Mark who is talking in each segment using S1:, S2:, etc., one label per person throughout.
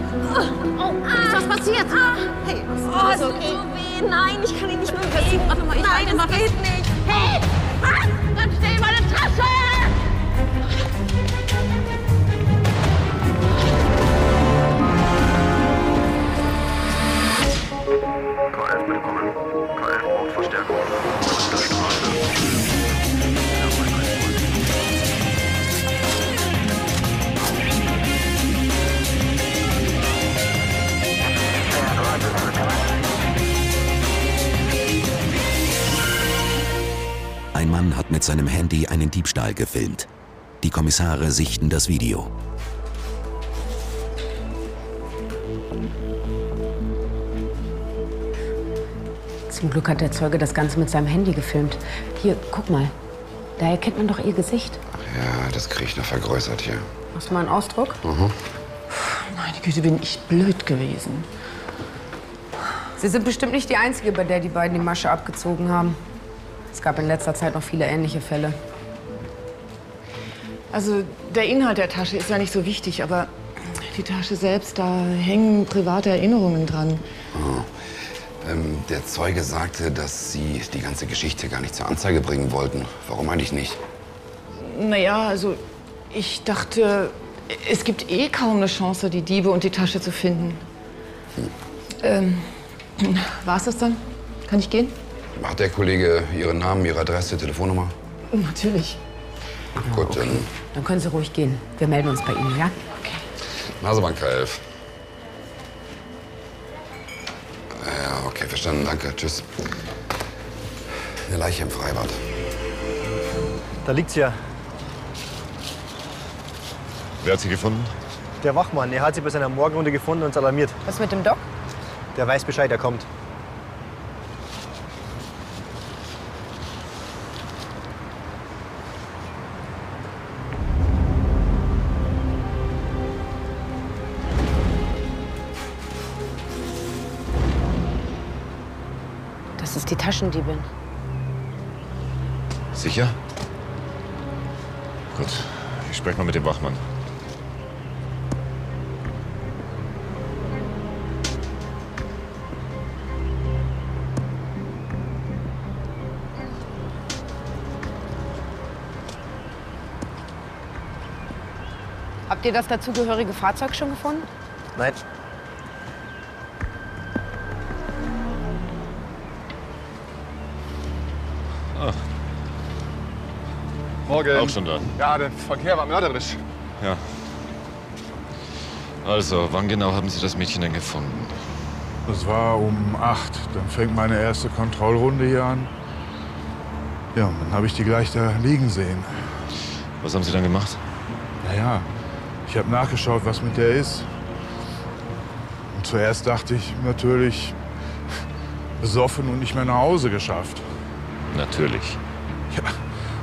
S1: Oh, ist was passiert? Hey, was
S2: Oh, es
S1: ist
S2: tut
S1: okay?
S2: so weh. Nein, ich kann ihn nicht bewegen.
S1: Warte mal, ich
S2: Nein,
S1: halte
S2: es
S1: mal
S2: geht nicht.
S1: Hey! Was? Dann stell meine Tasche!
S3: K11 bitte kommen. K11 braucht Verstärkung. Auf der Straße.
S4: Ein Mann hat mit seinem Handy einen Diebstahl gefilmt. Die Kommissare sichten das Video.
S5: Zum Glück hat der Zeuge das Ganze mit seinem Handy gefilmt. Hier, guck mal. Da erkennt man doch ihr Gesicht.
S6: Ja, das krieg ich noch vergrößert hier.
S5: Hast du mal einen Ausdruck?
S7: Meine Güte, bin ich blöd gewesen.
S5: Sie sind bestimmt nicht die Einzige, bei der die beiden die Masche abgezogen haben. Es gab in letzter Zeit noch viele ähnliche Fälle.
S7: Also der Inhalt der Tasche ist ja nicht so wichtig, aber die Tasche selbst, da hängen private Erinnerungen dran.
S6: Hm. Ähm, der Zeuge sagte, dass Sie die ganze Geschichte gar nicht zur Anzeige bringen wollten. Warum eigentlich nicht?
S7: Naja, also ich dachte, es gibt eh kaum eine Chance, die Diebe und die Tasche zu finden. Ähm, war es das dann? Kann ich gehen?
S6: Hat der Kollege Ihren Namen, Ihre Adresse, Telefonnummer?
S7: Natürlich.
S6: Gut, dann
S5: Dann können Sie ruhig gehen. Wir melden uns bei Ihnen, ja?
S6: Nasebank K11. Ah, Ja, okay, verstanden, danke. Tschüss. Eine Leiche im Freibad.
S8: Da liegt's ja.
S9: Wer hat sie gefunden?
S8: Der Wachmann, er hat sie bei seiner Morgenrunde gefunden und alarmiert.
S5: Was mit dem Doc?
S8: Der weiß Bescheid, er kommt.
S5: Das ist die Taschendiebin.
S9: Sicher? Gut, ich spreche mal mit dem Wachmann.
S5: Habt ihr das dazugehörige Fahrzeug schon gefunden?
S8: Nein,
S9: Morgen. Auch schon da.
S10: Ja, der Verkehr war mörderisch.
S9: Ja. Also, wann genau haben Sie das Mädchen denn gefunden?
S11: Das war um 8. Dann fängt meine erste Kontrollrunde hier an. Ja, und dann habe ich die gleich da liegen sehen.
S9: Was haben Sie dann gemacht?
S11: Naja, ich habe nachgeschaut, was mit der ist. Und zuerst dachte ich natürlich, besoffen und nicht mehr nach Hause geschafft.
S9: Natürlich.
S11: Ja,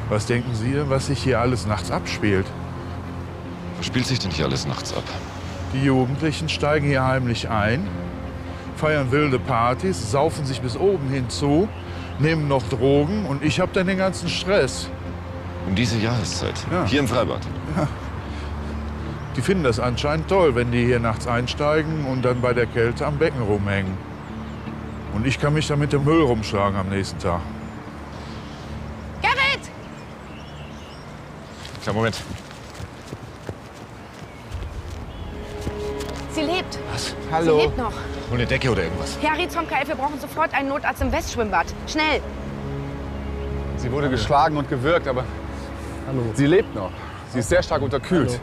S11: was denken Sie denn, was sich hier alles nachts abspielt?
S9: Was spielt sich denn hier alles nachts ab?
S11: Die Jugendlichen steigen hier heimlich ein, feiern wilde Partys, saufen sich bis oben hinzu, nehmen noch Drogen und ich habe dann den ganzen Stress.
S9: Um diese Jahreszeit.
S11: Ja.
S9: Hier im Freibad.
S11: Die finden das anscheinend toll, wenn die hier nachts einsteigen und dann bei der Kälte am Becken rumhängen. Und ich kann mich dann mit dem Müll rumschlagen am nächsten Tag.
S5: Gerrit!
S9: Klar, Moment.
S1: Sie lebt.
S9: Was?
S1: Sie
S10: Hallo.
S1: lebt noch.
S9: Hol eine Decke oder irgendwas.
S1: Herr Rietz vom KF, wir brauchen sofort einen Notarzt im Westschwimmbad. Schnell.
S10: Sie wurde geschlagen und gewürgt, aber sie lebt noch. Sie ist sehr stark unterkühlt.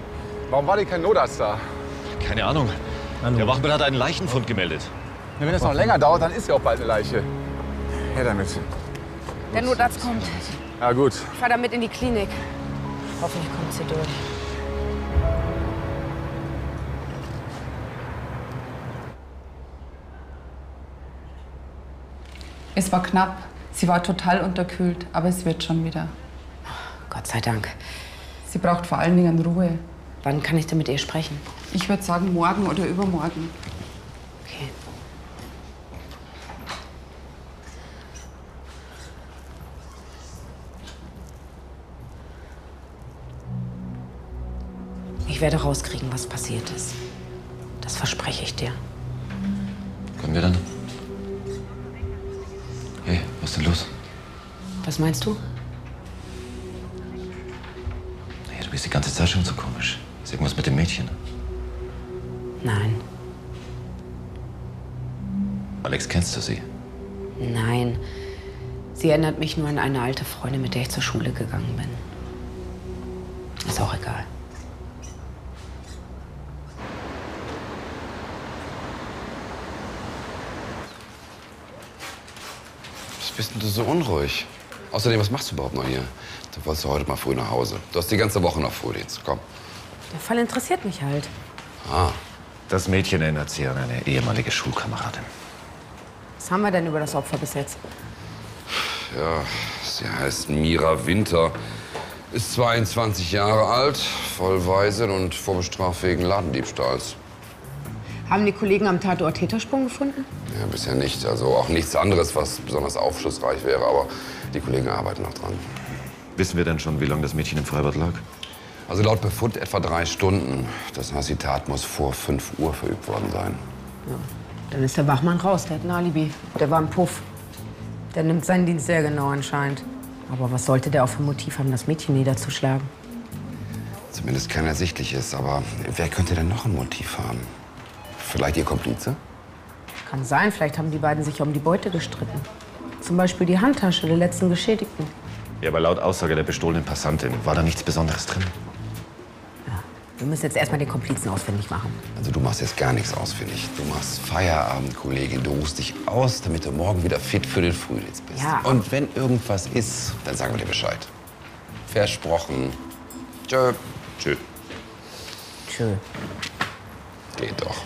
S10: Warum war die kein Notarzt da?
S9: Keine Ahnung. Der Wachmann hat einen Leichenfund gemeldet.
S10: Wenn das noch länger dauert, dann ist sie auch bald eine Leiche. Her damit.
S5: Der Notarzt kommt.
S10: Ja gut.
S5: Ich fahr damit in die Klinik. Hoffentlich kommt sie durch.
S7: Es war knapp. Sie war total unterkühlt, aber es wird schon wieder.
S5: Gott sei Dank.
S7: Sie braucht vor allen Dingen Ruhe.
S5: Wann kann ich denn mit ihr sprechen?
S7: Ich würde sagen, morgen oder übermorgen.
S5: Okay. Ich werde rauskriegen, was passiert ist. Das verspreche ich dir.
S9: Können wir dann? Hey, was ist denn los?
S5: Was meinst du?
S9: Hey, du bist die ganze Zeit schon so komisch. Ist irgendwas mit dem Mädchen?
S5: Nein.
S9: Alex, kennst du sie?
S5: Nein. Sie erinnert mich nur an eine alte Freundin, mit der ich zur Schule gegangen bin. Ist auch egal.
S6: Was bist denn du so unruhig? Außerdem, was machst du überhaupt noch hier? Du wolltest doch heute mal früh nach Hause. Du hast die ganze Woche noch Frühdienst. Komm.
S5: Der Fall interessiert mich halt.
S6: Ah.
S9: Das Mädchen erinnert sich an eine ehemalige Schulkameradin.
S5: Was haben wir denn über das Opfer bis jetzt?
S6: Ja, sie heißt Mira Winter. Ist 22 Jahre alt, vollweise und vorbestraft wegen Ladendiebstahls.
S5: Haben die Kollegen am Tatort Tätersprung gefunden?
S6: Ja, bisher nicht. Also auch nichts anderes, was besonders aufschlussreich wäre. Aber die Kollegen arbeiten noch dran.
S9: Wissen wir denn schon, wie lange das Mädchen im Freibad lag?
S6: Also laut Befund etwa drei Stunden. Das heißt, die Tat muss vor 5 Uhr verübt worden sein.
S5: Dann ist der Wachmann raus, der hat ein Alibi. Der war im Puff. Der nimmt seinen Dienst sehr genau anscheinend. Aber was sollte der auch für ein Motiv haben, das Mädchen niederzuschlagen?
S6: Zumindest kein ersichtliches. Aber wer könnte denn noch ein Motiv haben? Vielleicht ihr Komplize?
S5: Kann sein, vielleicht haben die beiden sich ja um die Beute gestritten. Zum Beispiel die Handtasche der letzten Geschädigten.
S9: Ja, aber laut Aussage der bestohlenen Passantin war da nichts Besonderes drin.
S5: Wir müssen jetzt erstmal den Komplizen ausfindig machen.
S6: Also du machst jetzt gar nichts ausfindig. Du machst Feierabend, Kollegin. Du ruhst dich aus, damit du morgen wieder fit für den Frühdienst bist.
S5: Ja.
S6: Und wenn irgendwas ist, dann sagen wir dir Bescheid. Versprochen. Tschö. Tschö.
S5: Tschö.
S6: Geht doch.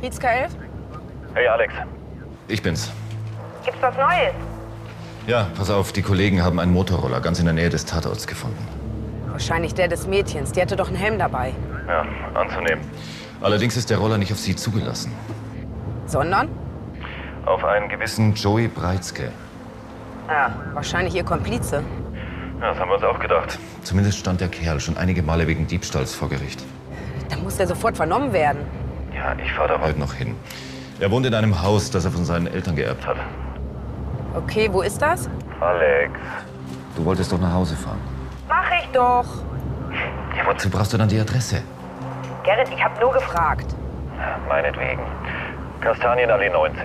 S1: Hitzka 11?
S9: Hey, Alex. Ich bin's.
S1: Gibt's was Neues?
S9: Ja, pass auf, die Kollegen haben einen Motorroller ganz in der Nähe des Tatorts gefunden.
S5: Wahrscheinlich der des Mädchens. Die hatte doch einen Helm dabei.
S9: Ja, anzunehmen. Allerdings ist der Roller nicht auf sie zugelassen.
S5: Sondern?
S9: Auf einen gewissen Joey Breitzke.
S5: Ja, wahrscheinlich ihr Komplize.
S9: Ja, das haben wir uns auch gedacht. Zumindest stand der Kerl schon einige Male wegen Diebstahls vor Gericht.
S5: Da muss der sofort vernommen werden.
S9: Ja, ich fahre da heute Halt noch hin. Er wohnt in einem Haus, das er von seinen Eltern geerbt hat.
S5: Okay, wo ist das?
S9: Alex. Du wolltest doch nach Hause fahren.
S1: Mach ich doch.
S9: Ja, wozu Also brauchst du dann die Adresse?
S1: Gerrit, ich hab nur gefragt.
S9: Meinetwegen. Kastanienallee 90.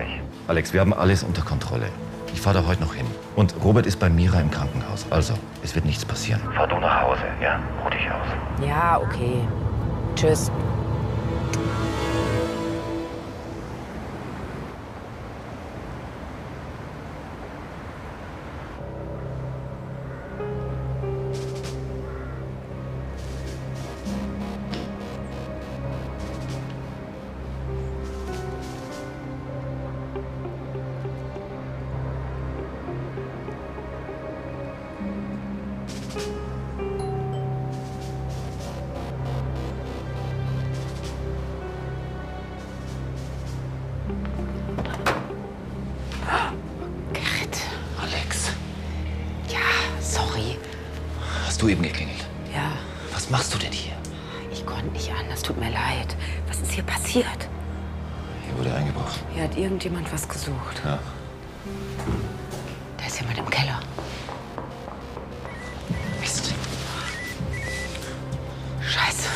S9: Alex, wir haben alles unter Kontrolle. Ich fahre da heute noch hin. Und Robert ist bei Mira im Krankenhaus. Also, es wird nichts passieren. Fahr du nach Hause, ja? Ruh dich aus.
S5: Ja, okay. Tschüss.
S9: Gerrit. Alex,
S5: Ja, sorry.
S9: hast du eben geklingelt?
S5: Ja,
S9: Was machst du denn hier?
S5: ich konnte nicht anders. Tut mir leid. Was ist hier passiert?
S9: Hier wurde eingebrochen.
S5: Hier hat irgendjemand was gesucht.
S9: Ja.
S5: Da ist jemand im Keller.
S9: Mist.
S5: Scheiße.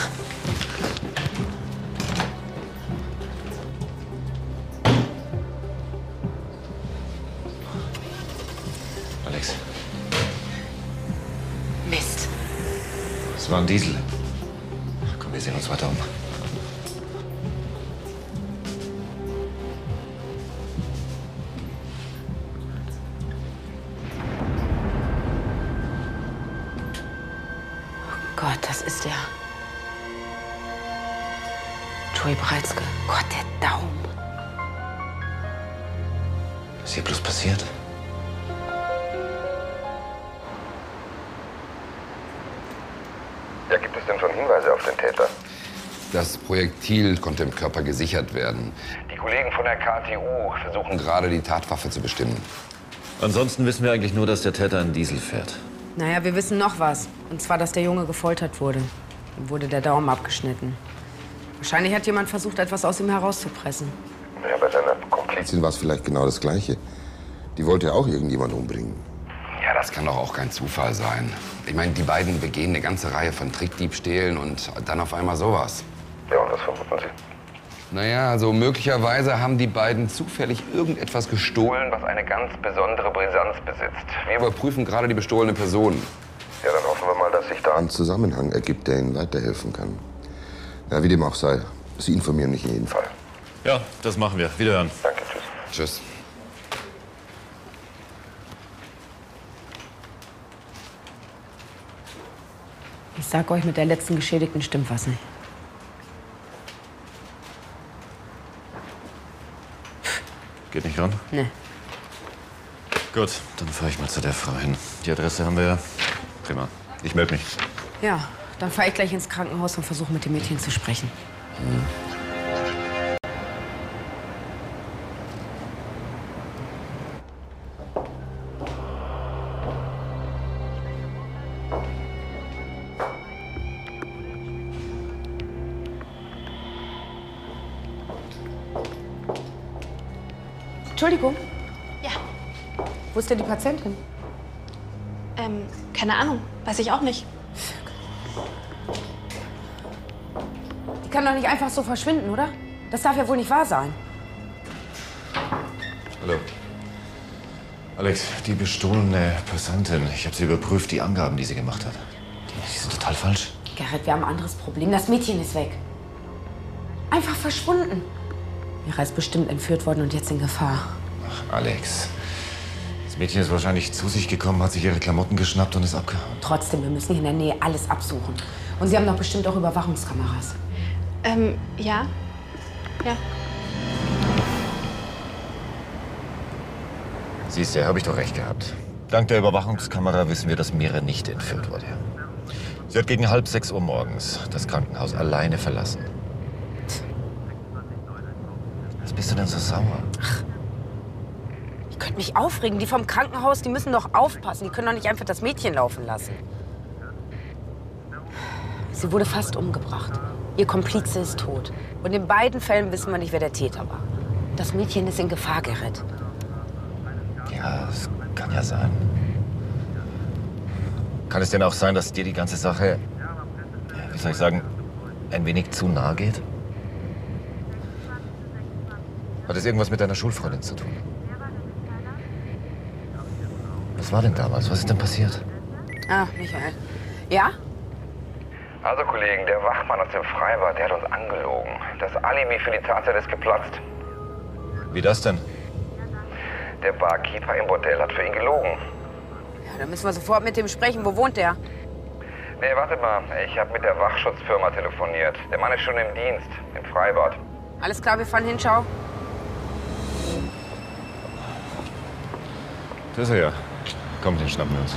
S9: Alex,
S5: Mist.
S9: es war ein Diesel. Komm, wir sehen uns weiter um.
S5: Gott, das ist der. Joey Breitzke. Gott, der Daumen.
S9: Was ist hier bloß passiert?
S3: es denn schon Hinweise auf den Täter?
S6: Das Projektil konnte im Körper gesichert werden.
S3: Die Kollegen von der KTU versuchen
S6: Um gerade die Tatwaffe zu bestimmen.
S9: Ansonsten wissen wir eigentlich nur, dass der Täter einen Diesel fährt.
S5: Naja, wir wissen noch was. Und zwar, dass der Junge gefoltert wurde. Ihm wurde der Daumen abgeschnitten. Wahrscheinlich hat jemand versucht, etwas aus ihm herauszupressen.
S12: Ja, bei seiner Komplizin war es vielleicht genau das Gleiche. Die wollte ja auch irgendjemand umbringen.
S6: Ja, das kann doch auch kein Zufall sein. Ich meine, die beiden begehen eine ganze Reihe von Trickdiebstählen und dann auf einmal sowas.
S3: Ja, und was vermuten Sie?
S6: Naja, also möglicherweise haben die beiden zufällig irgendetwas gestohlen, was eine
S3: Ganz besondere Brisanz besitzt.
S6: Wir überprüfen gerade die bestohlene Person.
S3: Ja, dann hoffen wir mal, dass sich da
S12: Ein Zusammenhang ergibt, der Ihnen weiterhelfen kann. Ja, wie dem auch sei. Sie informieren mich in jedem Fall.
S9: Ja, das machen wir. Wiederhören. Danke,
S6: tschüss. Tschüss.
S5: Ich sag euch, mit der letzten Geschädigten stimmt was nicht.
S9: Geht nicht ran?
S5: Nee.
S9: Gut, dann fahre ich mal zu der Frau hin. Die Adresse haben wir ja. Prima. Ich melde mich.
S5: Ja, dann fahre ich gleich ins Krankenhaus und versuche mit dem Mädchen zu sprechen. Entschuldigung.
S2: Ja.
S5: Wo ist denn die Patientin?
S2: Ähm, keine Ahnung. Weiß ich auch nicht.
S5: Die kann doch nicht einfach so verschwinden, oder? Das darf ja wohl nicht wahr sein.
S9: Hallo. Alex, die bestohlene Passantin. Ich habe sie überprüft, die Angaben, die sie gemacht hat. Die, die sind total falsch.
S5: Gerrit, wir haben ein anderes Problem. Das Mädchen ist weg. Einfach verschwunden. Mira ist bestimmt entführt worden und jetzt in Gefahr.
S9: Alex. Das Mädchen ist wahrscheinlich zu sich gekommen, hat sich ihre Klamotten geschnappt und ist abgehauen.
S5: Trotzdem, wir müssen hier in der Nähe alles absuchen. Und sie haben doch bestimmt auch Überwachungskameras.
S2: Ähm, ja. Ja.
S9: Siehst du, habe ich doch recht gehabt. Dank der Überwachungskamera wissen wir, dass Mira nicht entführt wurde. Sie hat gegen halb sechs Uhr morgens das Krankenhaus alleine verlassen. Was bist du denn so sauer?
S5: Ich könnte mich aufregen. Die vom Krankenhaus, die müssen doch aufpassen. Die können doch nicht einfach das Mädchen laufen lassen. Sie wurde fast umgebracht. Ihr Komplize ist tot. Und in beiden Fällen wissen wir nicht, wer der Täter war. Das Mädchen ist in Gefahr, Gerrit.
S9: Ja, es kann ja sein. Kann es denn auch sein, dass dir die ganze Sache, ja, wie soll ich sagen, ein wenig zu nahe geht? Hat es irgendwas mit deiner Schulfreundin zu tun? Was war denn damals? Was ist denn passiert?
S5: Ah, Michael. Ja?
S3: Also, Kollegen, der Wachmann aus dem Freibad, der hat uns angelogen. Das Alibi für die Tatzeit ist geplatzt.
S9: Wie das denn?
S3: Der Barkeeper im Bordell hat für ihn gelogen.
S5: Ja, dann müssen wir sofort mit dem sprechen. Wo wohnt der?
S3: Nee, warte mal. Ich habe mit der Wachschutzfirma telefoniert. Der Mann ist schon im Dienst, im Freibad.
S5: Alles klar, wir fahren hin, schau.
S9: Das ist er ja. Komm, den schnappen wir uns.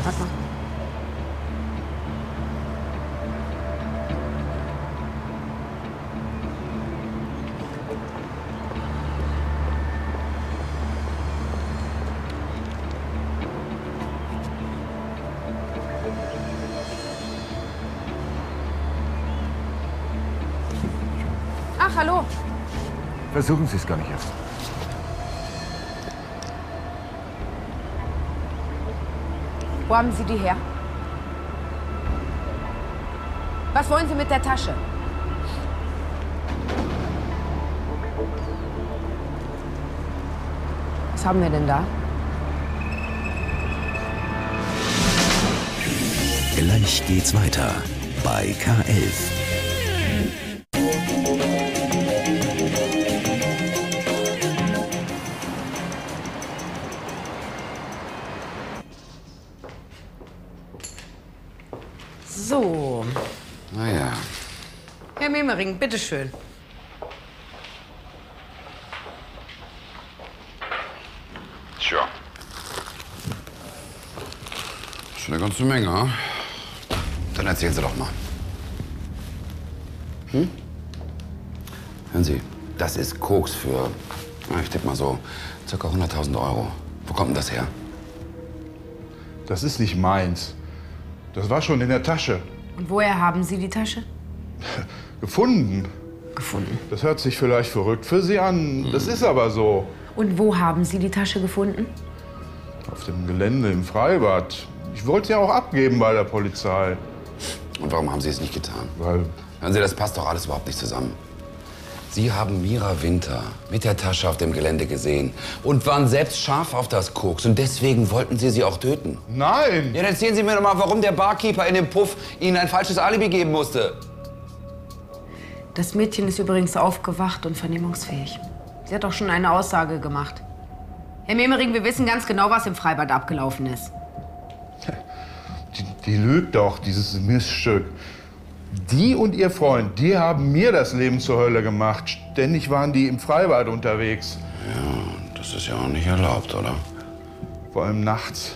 S1: Ach, hallo.
S9: Versuchen Sie es gar nicht erst.
S5: Wo haben Sie die her? Was wollen Sie mit der Tasche? Was haben wir denn da?
S4: Gleich geht's weiter bei K11.
S5: So,
S6: Naja,
S5: Herr Memering, bitteschön.
S6: tja. Schon eine ganze Menge, ha? Dann erzählen Sie doch mal. Hm? Hören Sie, das ist Koks für, na, ich tippe mal so, ca. 100.000 Euro. Wo kommt denn das her?
S11: Das ist nicht meins. Das war schon in der Tasche.
S5: Und woher haben Sie die Tasche?
S11: Gefunden.
S5: Gefunden.
S11: Das hört sich vielleicht verrückt für Sie an. Das ist aber so.
S5: Und wo haben Sie die Tasche gefunden?
S11: Auf dem Gelände im Freibad. Ich wollte sie ja auch abgeben bei der Polizei.
S6: Und warum haben Sie es nicht getan?
S11: Weil.
S6: Hören Sie, das passt doch alles überhaupt nicht zusammen. Sie haben Mira Winter mit der Tasche auf dem Gelände gesehen und waren selbst scharf auf das Koks und deswegen wollten Sie sie auch töten.
S11: Nein!
S6: Ja, dann erzählen Sie mir doch mal, warum der Barkeeper in dem Puff Ihnen ein falsches Alibi geben musste.
S5: Das Mädchen ist übrigens aufgewacht und vernehmungsfähig. Sie hat doch schon eine Aussage gemacht. Herr Memering, wir wissen ganz genau, was im Freibad abgelaufen ist.
S11: Die, die lügt doch, dieses Miststück. Die und ihr Freund, die haben mir das Leben zur Hölle gemacht. Ständig waren die im Freibad unterwegs.
S6: Ja, das ist ja auch nicht erlaubt, oder?
S11: Vor allem nachts.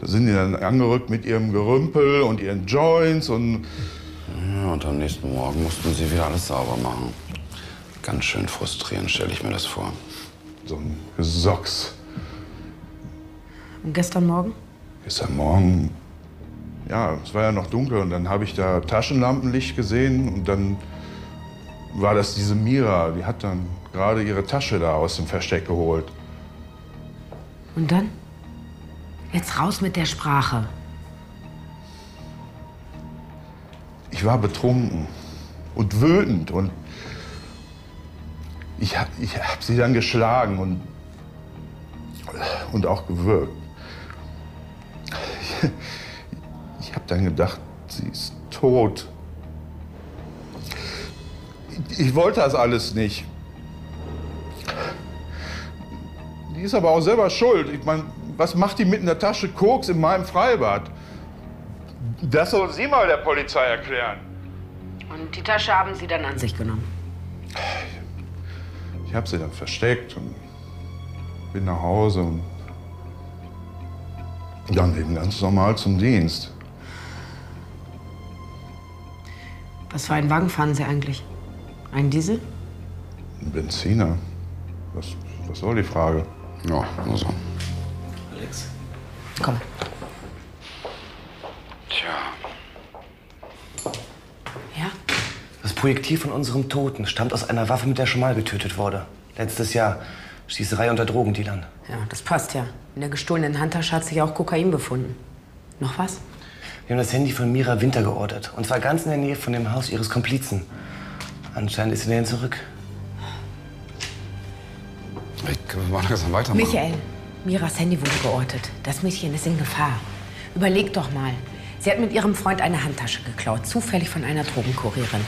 S11: Da sind die dann angerückt mit ihrem Gerümpel und ihren Joints und.
S6: Ja, und am nächsten Morgen mussten sie wieder alles sauber machen. Ganz schön frustrierend, stelle ich mir das vor.
S11: So ein Gesocks.
S5: Und gestern Morgen?
S11: Gestern Morgen, ja, es war ja noch dunkel und dann habe ich da Taschenlampenlicht gesehen und dann war das diese Mira, die hat dann gerade ihre Tasche da aus dem Versteck geholt.
S5: Und dann? Jetzt raus mit der Sprache.
S11: Ich war betrunken und wütend und ich habe ich hab sie dann geschlagen und, und auch gewürgt. Ich, ich habe dann gedacht, sie ist tot. Ich, ich wollte das alles nicht. Die ist aber auch selber schuld. Ich meine, was macht die mit einer Tasche Koks in meinem Freibad? Das soll sie mal der Polizei erklären.
S5: Und die Tasche haben Sie dann an sich genommen.
S11: Ich habe sie dann versteckt und bin nach Hause und dann eben ganz normal zum Dienst.
S5: Was für einen Wagen fahren Sie eigentlich? Ein Diesel?
S11: Ein Benziner. Was, was soll die Frage?
S6: Ja, nur so.
S4: Alex?
S5: Komm.
S6: Tja,
S13: Das Projektil von unserem Toten stammt aus einer Waffe, mit der schon mal getötet wurde. Letztes Jahr. Schießerei unter Drogendealern.
S5: Ja, das passt ja. In der gestohlenen Handtasche hat sich auch Kokain befunden. Noch was?
S13: Wir haben das Handy von Mira Winter geortet. Und zwar ganz in der Nähe von dem Haus ihres Komplizen. Anscheinend ist sie dahin zurück.
S6: können wir mal langsam weitermachen?
S5: Michael, Miras Handy wurde geortet. Das Mädchen ist in Gefahr. Überleg doch mal. Sie hat mit ihrem Freund eine Handtasche geklaut, zufällig von einer Drogenkurierin.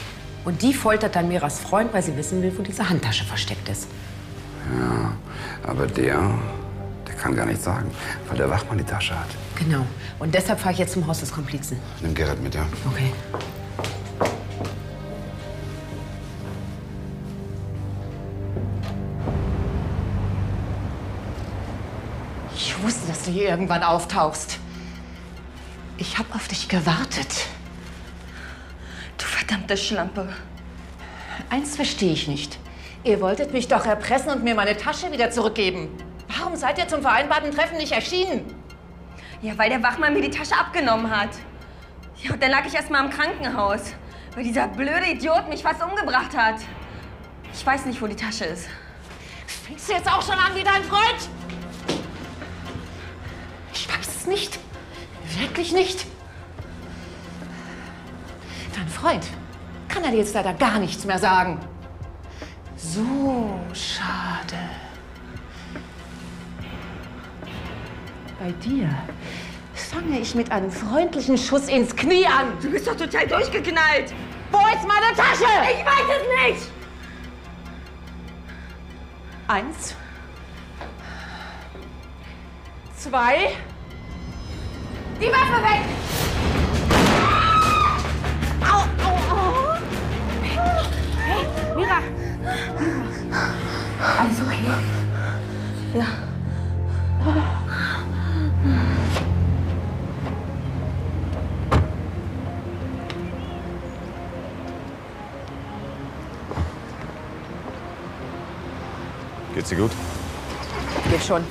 S5: Und die foltert dann Miras Freund, weil sie wissen will, wo diese Handtasche versteckt ist.
S6: Ja, aber der, der kann gar nichts sagen, weil der Wachmann die Tasche hat.
S5: Genau. Und deshalb fahre ich jetzt zum Haus des Komplizen.
S6: Nimm Gerrit mit, ja?
S5: Okay.
S14: Ich wusste, dass du hier irgendwann auftauchst. Ich habe auf dich gewartet. Du verdammte Schlampe. Eins verstehe ich nicht. Ihr wolltet mich doch erpressen und mir meine Tasche wieder zurückgeben.
S15: Warum seid ihr zum vereinbarten Treffen nicht erschienen? Ja, weil der Wachmann mir die Tasche abgenommen hat. Ja, und dann lag ich erst mal im Krankenhaus, weil dieser blöde Idiot mich fast umgebracht hat. Ich weiß nicht, wo die Tasche ist.
S14: Fängst du jetzt auch schon an wie dein Freund? Ich weiß es nicht. Wirklich nicht. Dein Freund kann er dir jetzt leider gar nichts mehr sagen. So schade. Bei dir fange ich mit einem freundlichen Schuss ins Knie an. Du bist doch total durchgeknallt. Wo ist meine Tasche?
S15: Ich weiß es nicht!
S14: Eins. Zwei.
S15: Die Waffe weg! Au, au, au! Hey, Mira!
S14: Alles okay? Ja.
S6: Geht's dir gut?
S5: Geht schon.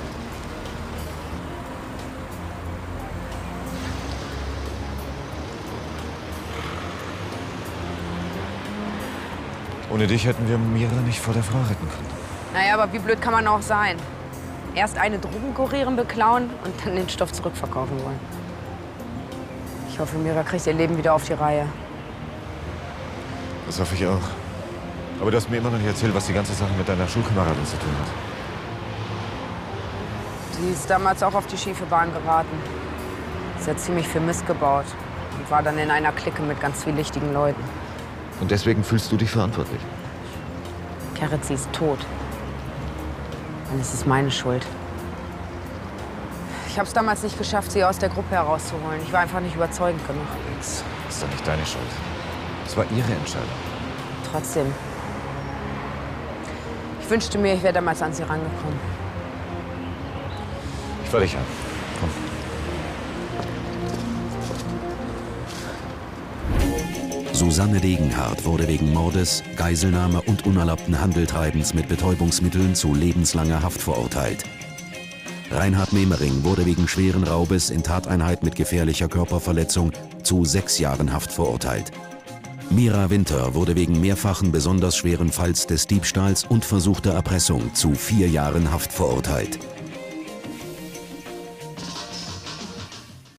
S6: Ohne dich hätten wir Mira nicht vor der Frau retten können.
S5: Naja, aber wie blöd kann man auch sein? Erst eine Drogenkurieren beklauen und dann den Stoff zurückverkaufen wollen. Ich hoffe, Mira kriegt ihr Leben wieder auf die Reihe.
S6: Das hoffe ich auch. Aber du hast mir immer noch nicht erzählt, was die ganze Sache mit deiner Schulkameradin zu tun hat.
S5: Sie ist damals auch auf die schiefe Bahn geraten. Sie hat ziemlich viel Mist gebaut und war dann in einer Clique mit ganz viel lichtigen Leuten.
S6: Und deswegen fühlst du dich verantwortlich.
S5: Gerrit, sie ist tot. Und es ist meine Schuld. Ich habe es damals nicht geschafft, sie aus der Gruppe herauszuholen. Ich war einfach nicht überzeugend genug.
S6: Nix. Das ist doch nicht deine Schuld. Es war ihre Entscheidung.
S5: Trotzdem. Ich wünschte mir, ich wäre damals an sie rangekommen.
S6: Ich fahr dich an. Komm.
S4: Susanne Degenhardt wurde wegen Mordes, Geiselnahme und unerlaubten Handeltreibens mit Betäubungsmitteln zu lebenslanger Haft verurteilt. Reinhard Memering wurde wegen schweren Raubes in Tateinheit mit gefährlicher Körperverletzung zu sechs Jahren Haft verurteilt. Mira Winter wurde wegen mehrfachen besonders schweren Falls des Diebstahls und versuchter Erpressung zu vier Jahren Haft verurteilt.